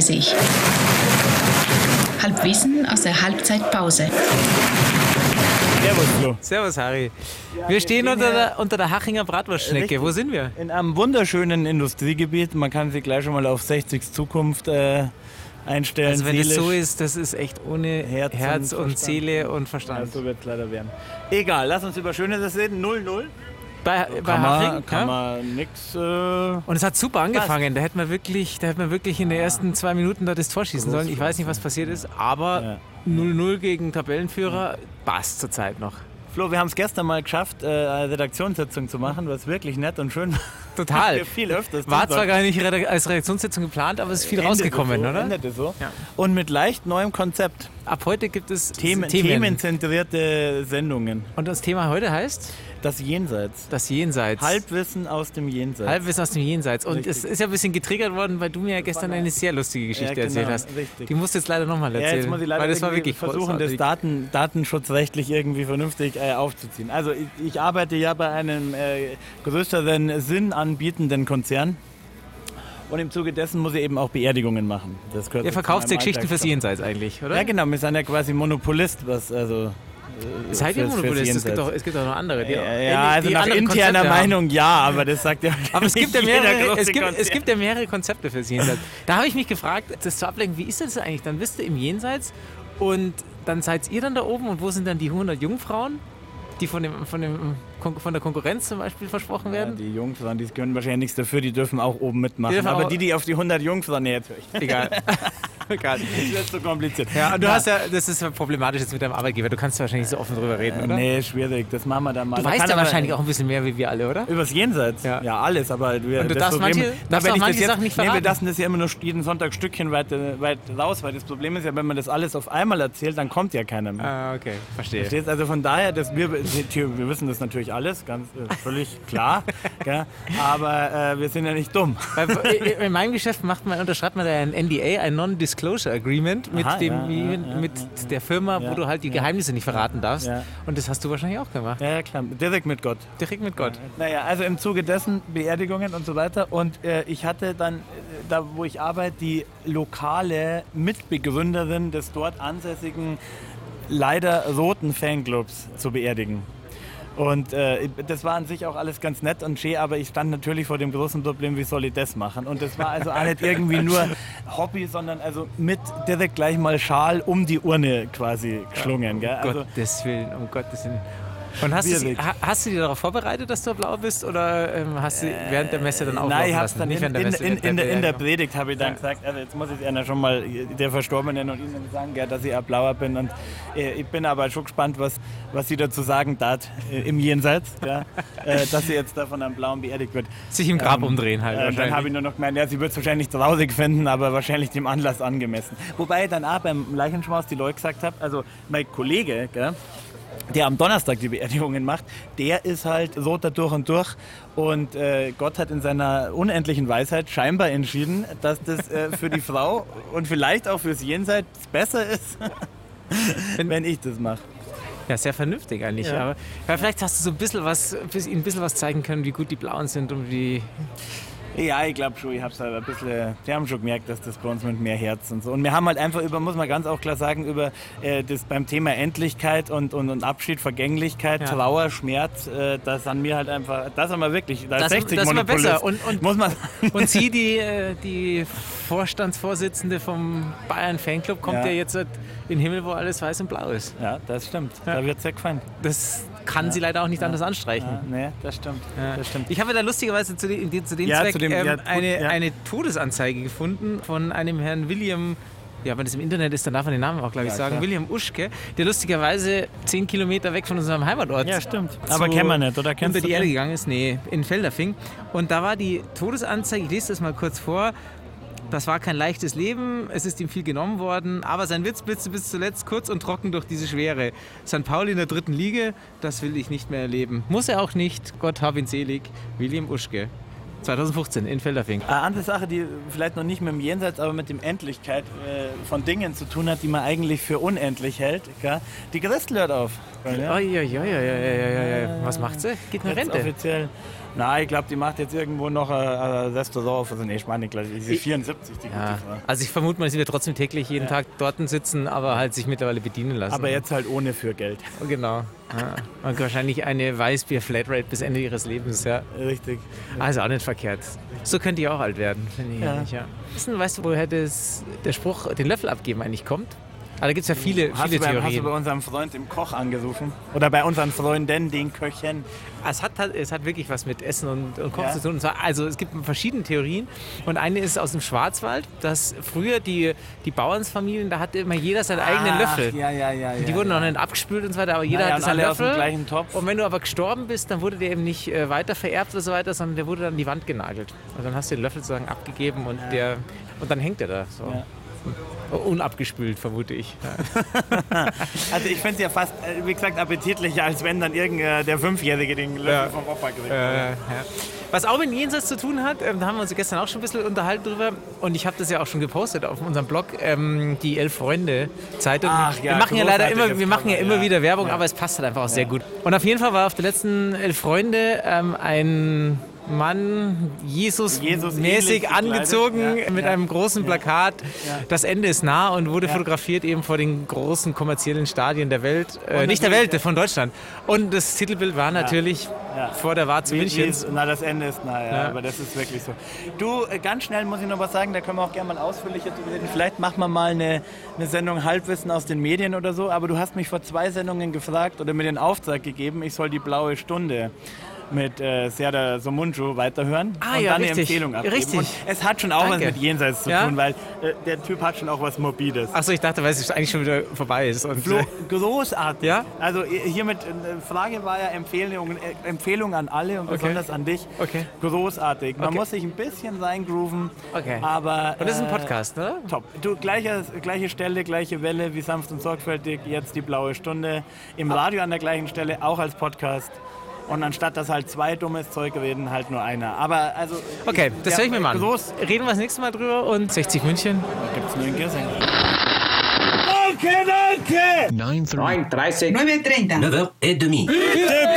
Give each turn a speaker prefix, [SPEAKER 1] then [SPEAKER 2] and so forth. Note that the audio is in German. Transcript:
[SPEAKER 1] sich. Halbwissen aus der Halbzeitpause.
[SPEAKER 2] Servus, Flo.
[SPEAKER 3] Servus, Harry. wir stehen unter der, unter der Hachinger Bratwurstschnecke.
[SPEAKER 2] Richtig.
[SPEAKER 3] Wo sind wir?
[SPEAKER 2] In einem wunderschönen Industriegebiet. Man kann sich gleich schon mal auf 60 Zukunft äh, einstellen.
[SPEAKER 3] Also wenn das
[SPEAKER 2] seelisch.
[SPEAKER 3] so ist, das ist echt ohne
[SPEAKER 2] Herz
[SPEAKER 3] Herz,
[SPEAKER 2] und
[SPEAKER 3] und,
[SPEAKER 2] Verstand. Also,
[SPEAKER 3] Seele und
[SPEAKER 2] Ja,
[SPEAKER 3] Verstand.
[SPEAKER 2] so wird es leider werden. Egal, lass uns über Schönes reden. 0-0.
[SPEAKER 3] bei bei
[SPEAKER 2] Kann man,
[SPEAKER 3] Haching, ja?
[SPEAKER 2] kann man nix. Äh,
[SPEAKER 3] Und es hat super angefangen. Da hätte man wirklich, da hätte man wirklich in den ersten zwei Minuten da das Tor schießen sollen. Ich weiß nicht, was passiert ist, aber
[SPEAKER 2] Ja.
[SPEAKER 3] 0-0 gegen Tabellenführer passt zurzeit noch.
[SPEAKER 2] Flo, wir haben es gestern mal geschafft, äh, eine Redaktionssitzung zu machen, was wirklich nett und schön war.
[SPEAKER 3] Total.
[SPEAKER 2] Wir viel öfters
[SPEAKER 3] War
[SPEAKER 2] tun
[SPEAKER 3] zwar
[SPEAKER 2] sollten.
[SPEAKER 3] gar nicht redak- als Redaktionssitzung geplant, aber es ist viel
[SPEAKER 2] Endete
[SPEAKER 3] rausgekommen,
[SPEAKER 2] so,
[SPEAKER 3] oder?
[SPEAKER 2] Endete so.
[SPEAKER 3] Ja.
[SPEAKER 2] Und mit leicht neuem Konzept.
[SPEAKER 3] Ab heute gibt es
[SPEAKER 2] Themen, Themenzentrierte Sendungen.
[SPEAKER 3] Und das Thema heute heißt
[SPEAKER 2] Das Jenseits.
[SPEAKER 3] das Jenseits.
[SPEAKER 2] Halbwissen aus dem Jenseits.
[SPEAKER 3] Halbwissen aus dem Jenseits. Und
[SPEAKER 2] Richtig.
[SPEAKER 3] es ist ja ein bisschen getriggert worden, weil du mir ja gestern eine sehr lustige Geschichte
[SPEAKER 2] genau,
[SPEAKER 3] erzählt hast.
[SPEAKER 2] richtig.
[SPEAKER 3] Die musst du jetzt leider nochmal
[SPEAKER 2] ja,
[SPEAKER 3] erzählen.
[SPEAKER 2] jetzt muss ich leider
[SPEAKER 3] weil das war
[SPEAKER 2] irgendwie
[SPEAKER 3] wirklich
[SPEAKER 2] versuchen, das
[SPEAKER 3] großartig.
[SPEAKER 2] Daten, datenschutzrechtlich irgendwie vernünftig äh, aufzuziehen. Also ich, ich arbeite ja bei einem äh, größeren Sinn anbietenden Konzern. Und im Zuge dessen muss ich eben auch Beerdigungen machen. Das gehört
[SPEAKER 3] Ihr
[SPEAKER 2] so zu
[SPEAKER 3] verkauft ja
[SPEAKER 2] meinem
[SPEAKER 3] Geschichten fürs
[SPEAKER 2] Alltagskram.
[SPEAKER 3] Jenseits eigentlich, oder?
[SPEAKER 2] Ja, genau, wir sind ja quasi Monopolist, was also.
[SPEAKER 3] Seid ihr
[SPEAKER 2] fürs- fürs
[SPEAKER 3] Monopolist? Es gibt,
[SPEAKER 2] Jenseits.
[SPEAKER 3] auch, es gibt auch noch andere. Die,
[SPEAKER 2] Äh,
[SPEAKER 3] ähnlich-
[SPEAKER 2] ja, also
[SPEAKER 3] die
[SPEAKER 2] nach
[SPEAKER 3] andere
[SPEAKER 2] interner
[SPEAKER 3] Konzepte haben.
[SPEAKER 2] Meinung ja, aber das sagt ja.
[SPEAKER 3] Aber es gibt, ja
[SPEAKER 2] nicht jeder
[SPEAKER 3] mehrere,
[SPEAKER 2] große
[SPEAKER 3] es, gibt, es
[SPEAKER 2] Konzern.
[SPEAKER 3] gibt ja mehrere Konzepte fürs Jenseits. Da habe ich mich gefragt, das zu ablenken, wie ist das eigentlich? Dann bist du im Jenseits und dann seid ihr dann da oben und wo sind dann die 100 Jungfrauen, die von, dem, von, dem, Kon- von der Konkurrenz zum Beispiel versprochen
[SPEAKER 2] Ja,
[SPEAKER 3] werden?
[SPEAKER 2] die Jungfrauen, die können wahrscheinlich nichts dafür, die dürfen auch oben mitmachen.
[SPEAKER 3] Die dürfen
[SPEAKER 2] aber
[SPEAKER 3] auch-
[SPEAKER 2] die, die auf die 100 Jungfrauen, nee, jetzt höre ich.
[SPEAKER 3] Egal. Egal.
[SPEAKER 2] Das wird zu kompliziert.
[SPEAKER 3] Ja, und Ah, du hast ja, das ist ja problematisch jetzt mit deinem Arbeitgeber, du kannst ja wahrscheinlich nicht so offen drüber reden, oder?
[SPEAKER 2] Nee, schwierig, das machen wir dann mal.
[SPEAKER 3] Du
[SPEAKER 2] Da
[SPEAKER 3] weißt
[SPEAKER 2] kann
[SPEAKER 3] ja
[SPEAKER 2] aber-
[SPEAKER 3] wahrscheinlich auch ein bisschen mehr wie wir alle, oder?
[SPEAKER 2] Übers Jenseits?
[SPEAKER 3] Ja.
[SPEAKER 2] alles, aber wir,
[SPEAKER 3] Und du
[SPEAKER 2] das
[SPEAKER 3] darfst
[SPEAKER 2] Problem,
[SPEAKER 3] manche-
[SPEAKER 2] na,
[SPEAKER 3] darfst auch
[SPEAKER 2] wenn ich das
[SPEAKER 3] manche
[SPEAKER 2] jetzt,
[SPEAKER 3] Sachen nicht
[SPEAKER 2] Nee, wir
[SPEAKER 3] verraten.
[SPEAKER 2] lassen das ja immer nur jeden Sonntag Stückchen weit, äh, weit raus, weil das Problem ist ja, wenn man das alles auf einmal erzählt, dann kommt ja keiner mehr.
[SPEAKER 3] Ah, okay, verstehe.
[SPEAKER 2] Verstehst? Also von daher, dass wir, wir wissen das natürlich alles, ganz äh, völlig klar, gell? aber äh, wir sind ja nicht dumm.
[SPEAKER 3] Weil in meinem Geschäft macht man, unterschreibt man da ein NDA, ein Non-Disclosure Agreement mit,
[SPEAKER 2] Aha,
[SPEAKER 3] dem,
[SPEAKER 2] ja, ja, ja,
[SPEAKER 3] mit der Firma,
[SPEAKER 2] Ja,
[SPEAKER 3] wo du halt die Geheimnisse nicht verraten darfst.
[SPEAKER 2] Ja.
[SPEAKER 3] Und das hast du wahrscheinlich auch gemacht.
[SPEAKER 2] Ja, ja klar, direkt mit Gott.
[SPEAKER 3] Direkt mit Gott.
[SPEAKER 2] Naja, also im Zuge dessen Beerdigungen und so weiter. Und äh, ich hatte dann, äh, da wo ich arbeite, die lokale Mitbegründerin des dort ansässigen, leider roten Fanclubs zu beerdigen. Und äh, das war an sich auch alles ganz nett und schön, aber ich stand natürlich vor dem großen Problem, wie soll ich das machen? Und das war also auch nicht irgendwie nur Hobby, sondern also mit direkt gleich mal Schal um die Urne quasi geschlungen. Gell?
[SPEAKER 3] Um
[SPEAKER 2] Also,
[SPEAKER 3] Gottes Willen, um Gottes Willen. Und hast du, sie,
[SPEAKER 2] Schwierig.
[SPEAKER 3] ha- hast du dich darauf vorbereitet, dass du blau bist? Oder ähm, hast du während der Messe dann auflaufen
[SPEAKER 2] Äh, Nein, ich hab's
[SPEAKER 3] lassen?
[SPEAKER 2] dann
[SPEAKER 3] Nicht
[SPEAKER 2] in,
[SPEAKER 3] während der
[SPEAKER 2] in,
[SPEAKER 3] Messe, äh,
[SPEAKER 2] in,
[SPEAKER 3] während
[SPEAKER 2] in, der, in der
[SPEAKER 3] Beerdigung.
[SPEAKER 2] Predigt habe ich dann gesagt, also jetzt muss ich einer schon mal der Verstorbenen und ihnen sagen, gell, dass ich ein Blauer bin und äh, ich bin aber schon gespannt, was, was sie dazu sagen tat äh, im Jenseits, gell, äh, dass sie jetzt da von einem Blauen beerdigt wird.
[SPEAKER 3] Sich im Grab
[SPEAKER 2] Ähm,
[SPEAKER 3] umdrehen halt.
[SPEAKER 2] Äh, und dann
[SPEAKER 3] wahrscheinlich.
[SPEAKER 2] habe ich nur noch gemeint, ja, sie wird es wahrscheinlich traurig finden, aber wahrscheinlich dem Anlass angemessen. Wobei ich dann auch beim Leichenschmaus die Leute gesagt habe, also mein Kollege, gell, der am Donnerstag die Beerdigungen macht, der ist halt roter durch und durch. Und äh, Gott hat in seiner unendlichen Weisheit scheinbar entschieden, dass das äh, für die Frau und vielleicht auch fürs Jenseits besser ist, wenn, ich das mache.
[SPEAKER 3] Ja, sehr vernünftig eigentlich.
[SPEAKER 2] Ja.
[SPEAKER 3] Aber, weil vielleicht hast du so ein bisschen was, bis- ihnen ein bisschen was zeigen können, wie gut die Blauen sind und wie
[SPEAKER 2] Ja, ich glaube schon, ich hab's halt ein bisschen, die haben schon gemerkt, dass das bei uns mit mehr Herz und so. Und wir haben halt einfach über, muss man ganz auch klar sagen, über äh, das beim Thema Endlichkeit und, und, und Abschied, Vergänglichkeit,
[SPEAKER 3] Ja.
[SPEAKER 2] Trauer, Schmerz, äh, das an mir halt einfach, das haben wir wirklich, da
[SPEAKER 3] Das-
[SPEAKER 2] ist 60
[SPEAKER 3] das war
[SPEAKER 2] Monopolist.
[SPEAKER 3] besser. Und- und-
[SPEAKER 2] muss man
[SPEAKER 3] Und sie, die, äh, die Vorstandsvorsitzende vom Bayern Fanclub, kommt ja,
[SPEAKER 2] Ja.
[SPEAKER 3] jetzt halt in den Himmel, wo alles weiß und blau ist.
[SPEAKER 2] Ja, das stimmt, da wird's ja gefallen.
[SPEAKER 3] Das kann sie leider auch nicht anders anstreichen.
[SPEAKER 2] Ja, nee, das stimmt,
[SPEAKER 3] Ja.
[SPEAKER 2] das stimmt.
[SPEAKER 3] Ich habe da lustigerweise zu dem, zu dem
[SPEAKER 2] Ja,
[SPEAKER 3] Zweck
[SPEAKER 2] zu dem-
[SPEAKER 3] ähm,
[SPEAKER 2] ja, tu-
[SPEAKER 3] eine,
[SPEAKER 2] ja.
[SPEAKER 3] eine Todesanzeige gefunden von einem Herrn William, ja, wenn das im Internet ist, dann darf man den Namen auch, glaube ich,
[SPEAKER 2] Ja,
[SPEAKER 3] sagen,
[SPEAKER 2] klar.
[SPEAKER 3] William Uschke, der lustigerweise zehn Kilometer weg von unserem Heimatort
[SPEAKER 2] Ja, stimmt.
[SPEAKER 3] zu-
[SPEAKER 2] Aber kennen wir nicht, oder? Kennst
[SPEAKER 3] unter
[SPEAKER 2] du
[SPEAKER 3] die
[SPEAKER 2] den?
[SPEAKER 3] Erde gegangen ist. Nee, in Felderfing. Und da war die Todesanzeige, ich lese das mal kurz vor. Das war kein leichtes Leben, es ist ihm viel genommen worden, aber sein Witz blitzte bis zuletzt kurz und trocken durch diese Schwere. St. Pauli in der dritten Liga, das will ich nicht mehr erleben. Muss er auch nicht, Gott hab ihn selig, William Uschke. 2015 in Felderfing.
[SPEAKER 2] Eine Äh, andere Sache, die vielleicht noch nicht mit dem Jenseits, aber mit dem Endlichkeit äh, von Dingen zu tun hat, die man eigentlich für unendlich hält, gell? die Christel hört auf. Ja. Äh,
[SPEAKER 3] Oi, oi, oi, oi, oi, oi, oi, oi. Oh Was macht sie? Geht in
[SPEAKER 2] Jetzt
[SPEAKER 3] Rente.
[SPEAKER 2] offiziell. Na, ich glaube, die macht jetzt irgendwo noch äh, äh, Restaurant auf. Also, nee, ich meine, gleich, diese 74, die
[SPEAKER 3] Ja.
[SPEAKER 2] gute Frau.
[SPEAKER 3] Also ich vermute mal, sie wird trotzdem täglich jeden Tag dort sitzen, aber halt sich mittlerweile bedienen lassen.
[SPEAKER 2] Aber jetzt halt ohne für Geld.
[SPEAKER 3] Genau. Ja. Und wahrscheinlich eine Weißbier-Flatrate bis Ende ihres Lebens, ja.
[SPEAKER 2] Richtig.
[SPEAKER 3] Also auch nicht verkehrt. So könnt ihr auch alt werden, finde ich.
[SPEAKER 2] Ja.
[SPEAKER 3] eigentlich, Ja. Wissen, Weißt du, woher das, der Spruch den Löffel abgeben eigentlich kommt? Ah, da gibt es ja viele,
[SPEAKER 2] Hast
[SPEAKER 3] viele
[SPEAKER 2] du, bei, hast du
[SPEAKER 3] Theorien.
[SPEAKER 2] bei unserem Freund im Koch angerufen? Oder bei unseren Freunden, den Köchen?
[SPEAKER 3] Es hat, halt- es hat wirklich was mit Essen und, und Kochen
[SPEAKER 2] Ja.
[SPEAKER 3] zu tun. Und zwar, also es gibt verschiedene Theorien. Und eine ist aus dem Schwarzwald, dass früher die, die Bauernsfamilien, da hatte immer jeder seinen eigenen
[SPEAKER 2] Ach,
[SPEAKER 3] Löffel.
[SPEAKER 2] Ja, ja, ja.
[SPEAKER 3] Die
[SPEAKER 2] ja,
[SPEAKER 3] wurden
[SPEAKER 2] ja.
[SPEAKER 3] noch nicht abgespült und so weiter, aber jeder
[SPEAKER 2] Ah. Naja,
[SPEAKER 3] hatte
[SPEAKER 2] und
[SPEAKER 3] seinen
[SPEAKER 2] alle aus dem
[SPEAKER 3] Löffel.
[SPEAKER 2] gleichen Topf.
[SPEAKER 3] Und wenn du aber gestorben bist, dann wurde der eben nicht äh, weiter vererbt oder so weiter, sondern der wurde dann an die Wand genagelt. Und dann hast du den Löffel sozusagen abgegeben und der und dann hängt er da. So.
[SPEAKER 2] Ja.
[SPEAKER 3] Unabgespült, vermute ich.
[SPEAKER 2] Also ich finde es ja fast, äh, wie gesagt, appetitlicher, als wenn dann irgend äh, der Fünfjährige den Löffel
[SPEAKER 3] Ja.
[SPEAKER 2] vom Opa kriegt.
[SPEAKER 3] Äh, ja. Was auch mit dem Jenseits zu tun hat, ähm, da haben wir uns gestern auch schon ein bisschen unterhalten drüber und ich habe das ja auch schon gepostet auf unserem Blog, ähm, die Elf Freunde Zeitung.
[SPEAKER 2] Ach ja,
[SPEAKER 3] wir machen ja leider
[SPEAKER 2] großartiges
[SPEAKER 3] immer, wir machen ja
[SPEAKER 2] Cover,
[SPEAKER 3] immer
[SPEAKER 2] ja.
[SPEAKER 3] wieder Werbung, aber es passt halt einfach auch sehr gut. Und auf jeden Fall war auf der letzten Elf Freunde ähm, ein Mann
[SPEAKER 2] Jesus-ähnlich
[SPEAKER 3] Jesus-mäßig
[SPEAKER 2] gekleidet,
[SPEAKER 3] angezogen
[SPEAKER 2] ja,
[SPEAKER 3] mit
[SPEAKER 2] ja.
[SPEAKER 3] einem großen Plakat. Das Ende ist nah und wurde fotografiert eben vor den großen kommerziellen Stadien der Welt. Äh, nicht der
[SPEAKER 2] natürlich-
[SPEAKER 3] Welt, von Deutschland. Und das Titelbild war natürlich
[SPEAKER 2] Ja.
[SPEAKER 3] vor der Warze
[SPEAKER 2] Wie- wie
[SPEAKER 3] Münchens.
[SPEAKER 2] ist- Na, das Ende ist, naja,
[SPEAKER 3] Ja.
[SPEAKER 2] ja. aber das ist wirklich so. Du, äh, ganz schnell muss ich noch was sagen, da können wir auch gerne mal ausführlicher drüber reden. Vielleicht machen wir mal eine, eine Sendung Halbwissen aus den Medien oder so, aber du hast mich vor zwei Sendungen gefragt oder mir den Auftrag gegeben, ich soll die blaue Stunde mit äh, Serda Somuncu weiterhören
[SPEAKER 3] Ah,
[SPEAKER 2] und
[SPEAKER 3] ja,
[SPEAKER 2] dann eine
[SPEAKER 3] richtig.
[SPEAKER 2] Empfehlung abgeben.
[SPEAKER 3] Richtig.
[SPEAKER 2] Und es hat schon auch
[SPEAKER 3] Danke.
[SPEAKER 2] was mit Jenseits zu
[SPEAKER 3] Ja?
[SPEAKER 2] tun, weil äh, der Typ hat schon auch was Morbides.
[SPEAKER 3] Achso, ich dachte, weil es eigentlich schon wieder vorbei ist. Und
[SPEAKER 2] Flo, großartig.
[SPEAKER 3] Ja?
[SPEAKER 2] Also äh, hiermit, äh, Frage war ja Empfehlung, äh, Empfehlung an alle und besonders an dich.
[SPEAKER 3] Okay.
[SPEAKER 2] Großartig. Man
[SPEAKER 3] Okay.
[SPEAKER 2] muss sich ein bisschen reingrooven.
[SPEAKER 3] Okay.
[SPEAKER 2] Aber,
[SPEAKER 3] Und das ist ein
[SPEAKER 2] äh,
[SPEAKER 3] Podcast, ne?
[SPEAKER 2] Top. Du, gleiche, gleiche Stelle, gleiche Welle, wie sanft und sorgfältig, jetzt die blaue Stunde. Im
[SPEAKER 3] Ah.
[SPEAKER 2] Radio an der gleichen Stelle, auch als Podcast. Und anstatt dass halt zwei dummes Zeug reden, halt nur einer. Aber also.
[SPEAKER 3] Okay, das höre ich mir mal an.
[SPEAKER 2] Groß
[SPEAKER 3] Reden wir das nächste Mal drüber und 60 München.
[SPEAKER 2] gibt's nur in Giersing. Danke, danke!
[SPEAKER 4] 9.30.
[SPEAKER 5] 9.30
[SPEAKER 6] 9h30.
[SPEAKER 4] 9h30.